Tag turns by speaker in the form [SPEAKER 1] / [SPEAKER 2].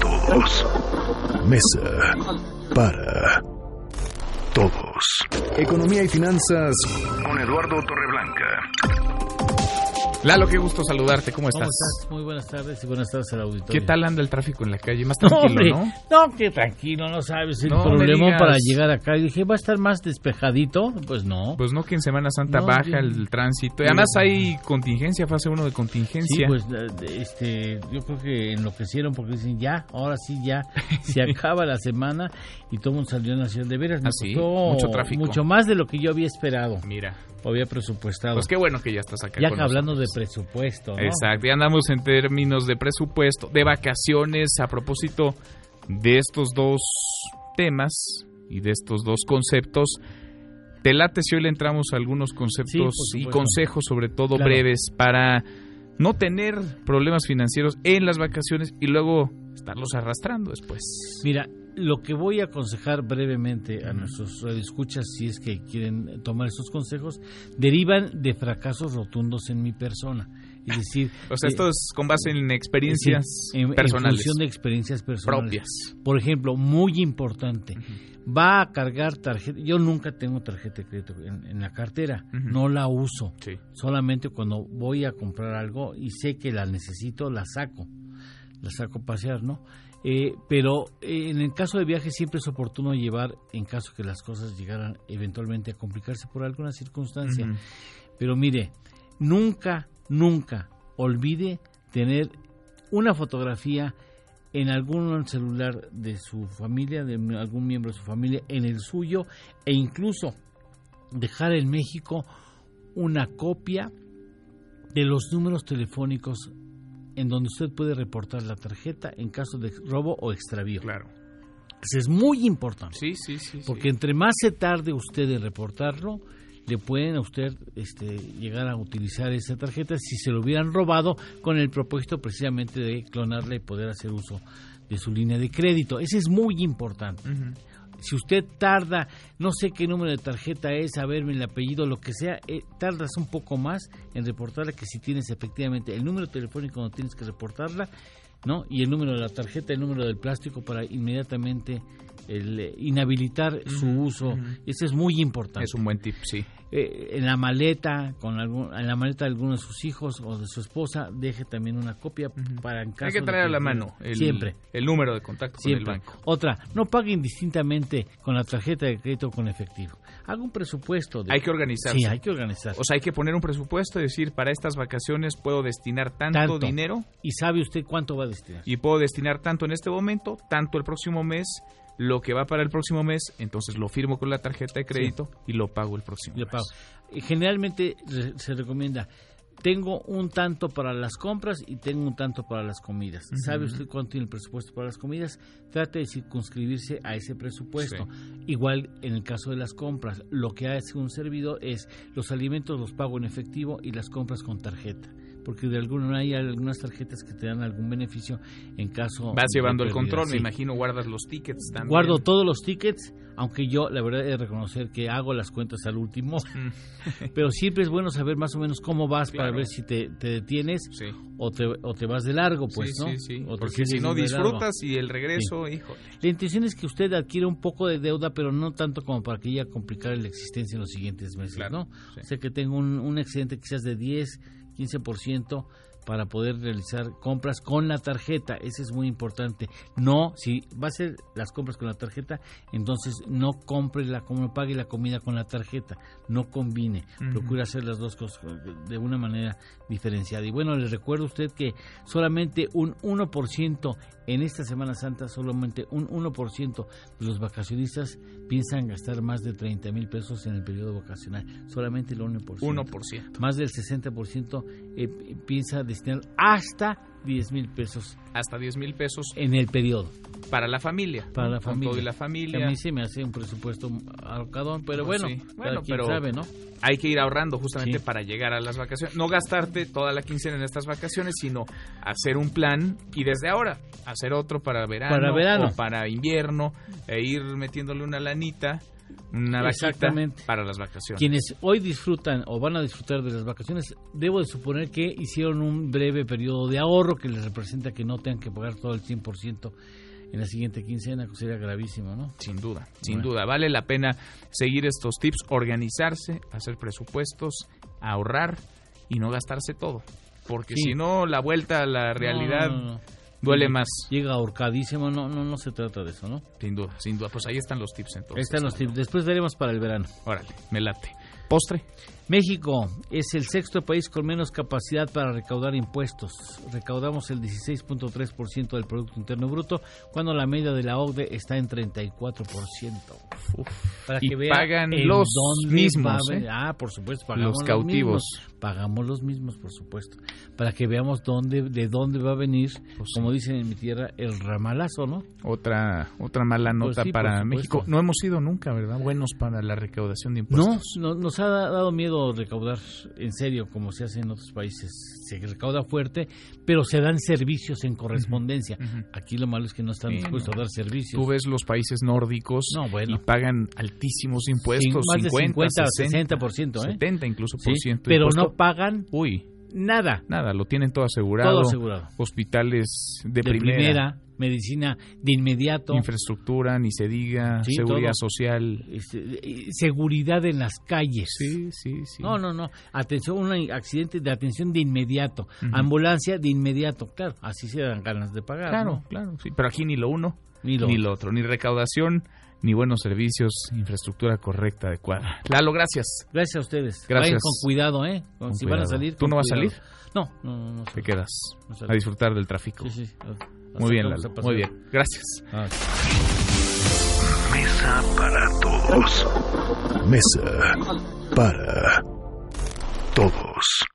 [SPEAKER 1] Somos Mesa para Todos. Economía y finanzas con Eduardo Torreblanca.
[SPEAKER 2] Lalo, qué gusto saludarte. ¿Cómo estás?
[SPEAKER 3] ¿Cómo estás? Muy buenas tardes y buenas tardes al auditorio.
[SPEAKER 2] ¿Qué tal anda el tráfico en la calle? Más tranquilo, ¿no?
[SPEAKER 3] No, que tranquilo, no sabes el
[SPEAKER 2] No me
[SPEAKER 3] problema
[SPEAKER 2] digas.
[SPEAKER 3] para llegar acá. Yo dije, ¿va a estar más despejadito? Pues no.
[SPEAKER 2] Pues no, que en Semana Santa
[SPEAKER 3] No,
[SPEAKER 2] baja
[SPEAKER 3] yo-
[SPEAKER 2] el tránsito. Y además hay contingencia, fase 1 de
[SPEAKER 3] Sí,
[SPEAKER 2] contingencia.
[SPEAKER 3] pues eh, este, yo creo que enloquecieron porque dicen ya, ahora sí ya, se acaba la semana y todo el mundo salió en la ciudad de veras. Me
[SPEAKER 2] ¿Ah, sí?
[SPEAKER 3] costó
[SPEAKER 2] Mucho tráfico.
[SPEAKER 3] Mucho más de lo que yo había esperado
[SPEAKER 2] Mira,
[SPEAKER 3] o había presupuestado.
[SPEAKER 2] pues qué bueno que ya estás acá.
[SPEAKER 3] ya
[SPEAKER 2] con
[SPEAKER 3] que hablando de presupuesto, ¿no?
[SPEAKER 2] nosotros. Exacto, ya andamos en términos de presupuesto, de vacaciones. A propósito de estos dos temas y de estos dos conceptos, te late si hoy le entramos a algunos
[SPEAKER 3] Sí, por
[SPEAKER 2] conceptos y
[SPEAKER 3] supuesto.
[SPEAKER 2] consejos, sobre todo
[SPEAKER 3] Claro.
[SPEAKER 2] breves, para no tener problemas financieros en las vacaciones y luego estarlos arrastrando después.
[SPEAKER 3] Mira, lo que voy a aconsejar brevemente a
[SPEAKER 2] Ujú.
[SPEAKER 3] nuestros escuchas, si es que quieren tomar estos consejos, derivan de fracasos rotundos en mi persona. Es decir,
[SPEAKER 2] O sea,
[SPEAKER 3] eh,
[SPEAKER 2] esto es con base en
[SPEAKER 3] es decir,
[SPEAKER 2] experiencias
[SPEAKER 3] en- en
[SPEAKER 2] personales,
[SPEAKER 3] función de experiencias personales.
[SPEAKER 2] propias.
[SPEAKER 3] Por ejemplo, muy importante,
[SPEAKER 2] Ujú.
[SPEAKER 3] va a cargar tarjeta. Yo nunca tengo tarjeta de crédito en, en la cartera,
[SPEAKER 2] Ujú.
[SPEAKER 3] no la uso
[SPEAKER 2] Sí.
[SPEAKER 3] solamente cuando voy a comprar algo y sé que la necesito, la saco, la saco a pasear, ¿no? Eh, pero eh, en el caso de viaje siempre es oportuno llevar, en caso que las cosas llegaran eventualmente a complicarse por alguna circunstancia.
[SPEAKER 2] Ujú.
[SPEAKER 3] Pero mire, nunca, nunca olvide tener una fotografía en algún celular de su familia, de algún miembro de su familia, en el suyo, e incluso dejar en México una copia de los números telefónicos en donde usted puede reportar la tarjeta en caso de robo o extravío.
[SPEAKER 2] Claro.
[SPEAKER 3] Eso es muy importante.
[SPEAKER 2] Sí, sí, sí. sí.
[SPEAKER 3] Porque entre más se tarde usted en reportarlo, le pueden a usted este, llegar a utilizar esa tarjeta si se lo hubieran robado con el propósito precisamente de clonarla y poder hacer uso de su línea de crédito. Ese es muy importante.
[SPEAKER 2] Ujú.
[SPEAKER 3] Si usted tarda, no sé qué número de tarjeta es, a verme el apellido, lo que sea, eh, tardas un poco más en reportarla que si tienes efectivamente el número telefónico no tienes que reportarla, ¿no? Y el número de la tarjeta, el número del plástico para inmediatamente el, eh, inhabilitar su
[SPEAKER 2] Ujú,
[SPEAKER 3] uso.
[SPEAKER 2] ujú.
[SPEAKER 3] Eso es muy importante.
[SPEAKER 2] Es un buen tip, sí.
[SPEAKER 3] Eh, en la maleta, con algún- en la maleta de alguno de sus hijos o de su esposa, deje también una copia
[SPEAKER 2] Ujú.
[SPEAKER 3] para en caso
[SPEAKER 2] Hay que
[SPEAKER 3] de
[SPEAKER 2] traer a la
[SPEAKER 3] que-
[SPEAKER 2] mano el,
[SPEAKER 3] siempre.
[SPEAKER 2] el número de contacto
[SPEAKER 3] Siempre.
[SPEAKER 2] con el banco.
[SPEAKER 3] Otra, no pague indistintamente con la tarjeta de crédito o con efectivo. Haga un presupuesto. de-
[SPEAKER 2] Hay que organizarse.
[SPEAKER 3] Sí, hay que organizar.
[SPEAKER 2] O sea, hay que poner un presupuesto y decir, para estas vacaciones puedo destinar tanto,
[SPEAKER 3] Tanto.
[SPEAKER 2] dinero
[SPEAKER 3] y sabe usted cuánto va a destinar.
[SPEAKER 2] y puedo destinar tanto en este momento, tanto el próximo mes, lo que va para el próximo mes, entonces lo firmo con la tarjeta de crédito y lo pago el próximo
[SPEAKER 3] Le
[SPEAKER 2] mes.
[SPEAKER 3] pago. Y Generalmente re- se recomienda, tengo un tanto para las compras y tengo un tanto para las comidas.
[SPEAKER 2] Ujú.
[SPEAKER 3] ¿Sabe usted cuánto tiene el presupuesto para las comidas? Trate de circunscribirse a ese presupuesto. Igual en el caso de las compras, lo que hace un servidor es los alimentos los pago en efectivo y las compras con tarjeta. Porque de alguna manera hay algunas tarjetas que te dan algún beneficio en caso...
[SPEAKER 2] Vas
[SPEAKER 3] de
[SPEAKER 2] llevando el
[SPEAKER 3] pérdida.
[SPEAKER 2] control, me
[SPEAKER 3] Sí.
[SPEAKER 2] imagino, guardas los tickets también.
[SPEAKER 3] Guardo todos los tickets, aunque yo la verdad he de reconocer que hago las cuentas al último,
[SPEAKER 2] Mm,
[SPEAKER 3] pero siempre es bueno saber más o menos cómo vas
[SPEAKER 2] Claro.
[SPEAKER 3] para ver si te, te detienes
[SPEAKER 2] Sí,
[SPEAKER 3] o te, o te vas de largo, pues,
[SPEAKER 2] sí,
[SPEAKER 3] ¿no?
[SPEAKER 2] sí, sí.
[SPEAKER 3] O te
[SPEAKER 2] Porque si
[SPEAKER 3] sigues
[SPEAKER 2] no
[SPEAKER 3] de largo.
[SPEAKER 2] disfrutas y el regreso, híjole.
[SPEAKER 3] La intención es que usted adquiera un poco de deuda, pero no tanto como para que ella complicar la existencia en los siguientes meses,
[SPEAKER 2] Claro,
[SPEAKER 3] ¿no?
[SPEAKER 2] sí.
[SPEAKER 3] O sea, que tenga un, un excedente quizás de 10, 15% para poder realizar compras con la tarjeta. Eso es muy importante. No, si va a hacer las compras con la tarjeta, entonces no compre la, no pague la comida con la tarjeta. No combine.
[SPEAKER 2] Ujú.
[SPEAKER 3] Procure hacer las dos cosas eh, de una manera diferenciada. Y bueno, les recuerdo a usted que solamente un 1% en esta Semana Santa, solamente un 1% de los vacacionistas piensan gastar más de 30 mil pesos en el periodo vacacional. Solamente el 1%.
[SPEAKER 2] 1%.
[SPEAKER 3] Más del 60% eh, piensa destinar hasta 10 mil pesos
[SPEAKER 2] Hasta 10 mil pesos
[SPEAKER 3] en el periodo.
[SPEAKER 2] para la familia.
[SPEAKER 3] Eh. Para la
[SPEAKER 2] Con
[SPEAKER 3] familia.
[SPEAKER 2] todo y la
[SPEAKER 3] Que
[SPEAKER 2] familia.
[SPEAKER 3] a mí se me hace un presupuesto alocadón, pero
[SPEAKER 2] Pues
[SPEAKER 3] bueno,
[SPEAKER 2] sí.
[SPEAKER 3] cada
[SPEAKER 2] Bueno,
[SPEAKER 3] quien
[SPEAKER 2] pero-
[SPEAKER 3] sabe, ¿no?
[SPEAKER 2] hay que ir ahorrando justamente
[SPEAKER 3] Sí.
[SPEAKER 2] para llegar a las vacaciones. No gastarte toda la quincena en estas vacaciones, sino hacer un plan y desde ahora hacer otro para verano,
[SPEAKER 3] Para verano.
[SPEAKER 2] o para invierno e ir metiéndole una lanita, una vaquita
[SPEAKER 3] Exactamente.
[SPEAKER 2] para las vacaciones.
[SPEAKER 3] Quienes hoy disfrutan o van a disfrutar de las vacaciones, debo de suponer que hicieron un breve periodo de ahorro que les representa que no tengan que pagar todo el 100% en la siguiente quincena, que sería gravísimo, ¿no?
[SPEAKER 2] Sin duda, sin bueno. duda. Vale la pena seguir estos tips, organizarse, hacer presupuestos, ahorrar y no gastarse todo. Porque sí. si no, la vuelta a la realidad... No, no, no, duele más.
[SPEAKER 3] Llega ahorcadísimo, no, no, no se trata de eso, ¿no?
[SPEAKER 2] Sin duda, sin duda. Pues ahí están los tips entonces.
[SPEAKER 3] Ahí están los tips. Después veremos para el verano.
[SPEAKER 2] Órale, me late. Postre.
[SPEAKER 3] México es el sexto país con menos capacidad para recaudar impuestos. Recaudamos el 16.3% del Producto Interno Bruto, cuando la media de la OCDE está en 34%. Uf,
[SPEAKER 2] para y que vean pagan los mismos. ¿eh?
[SPEAKER 3] Ah, por supuesto, pagamos los cautivos. Los mismos. Pagamos los mismos, por supuesto. Para que veamos dónde, de dónde va a venir, pues, como dicen en mi tierra, el ramalazo, ¿no?
[SPEAKER 2] Otra, otra mala nota pues sí, para México. No hemos sido nunca, ¿verdad? Buenos para la recaudación de impuestos.
[SPEAKER 3] No, no nos ha dado miedo recaudar en serio como se hace en otros países. Se recauda fuerte, pero se dan servicios en correspondencia. Uh -huh. Aquí lo malo es que no están sí, dispuestos no. a dar servicios.
[SPEAKER 2] Tú ves los países nórdicos no, bueno. y pagan altísimos impuestos, sí, más 50, de 50, 60%, 60% ¿eh? 70 incluso por sí, ciento.
[SPEAKER 3] Pero impuesto. no pagan
[SPEAKER 2] Uy,
[SPEAKER 3] nada.
[SPEAKER 2] Nada, lo tienen todo asegurado.
[SPEAKER 3] Todo asegurado.
[SPEAKER 2] Hospitales de, de primera, primera
[SPEAKER 3] medicina de inmediato.
[SPEAKER 2] Infraestructura, ni se diga, sí, seguridad todo. Pues, social.
[SPEAKER 3] Este, seguridad en las calles.
[SPEAKER 2] Sí, sí, sí.
[SPEAKER 3] No, no, no. Atención, un accidente de atención de inmediato. Uh -huh. Ambulancia de inmediato. Claro, así se dan ganas de pagar.
[SPEAKER 2] Claro,
[SPEAKER 3] ¿no?
[SPEAKER 2] claro. Sí. Pero aquí ni lo uno, ni lo, ni lo otro. Ni recaudación, ni buenos servicios, infraestructura correcta, adecuada. Lalo, gracias.
[SPEAKER 3] Gracias a ustedes.
[SPEAKER 2] Gracias. Vayan
[SPEAKER 3] con cuidado, ¿eh? Con
[SPEAKER 2] si
[SPEAKER 3] cuidado. van a salir.
[SPEAKER 2] ¿Tú no vas a salir?
[SPEAKER 3] No, no, no. no
[SPEAKER 2] Te quedas no a disfrutar del tráfico. Sí, sí. Muy bien, Lalo. Muy bien. Gracias. Ah.
[SPEAKER 1] Mesa para todos. Mesa para todos.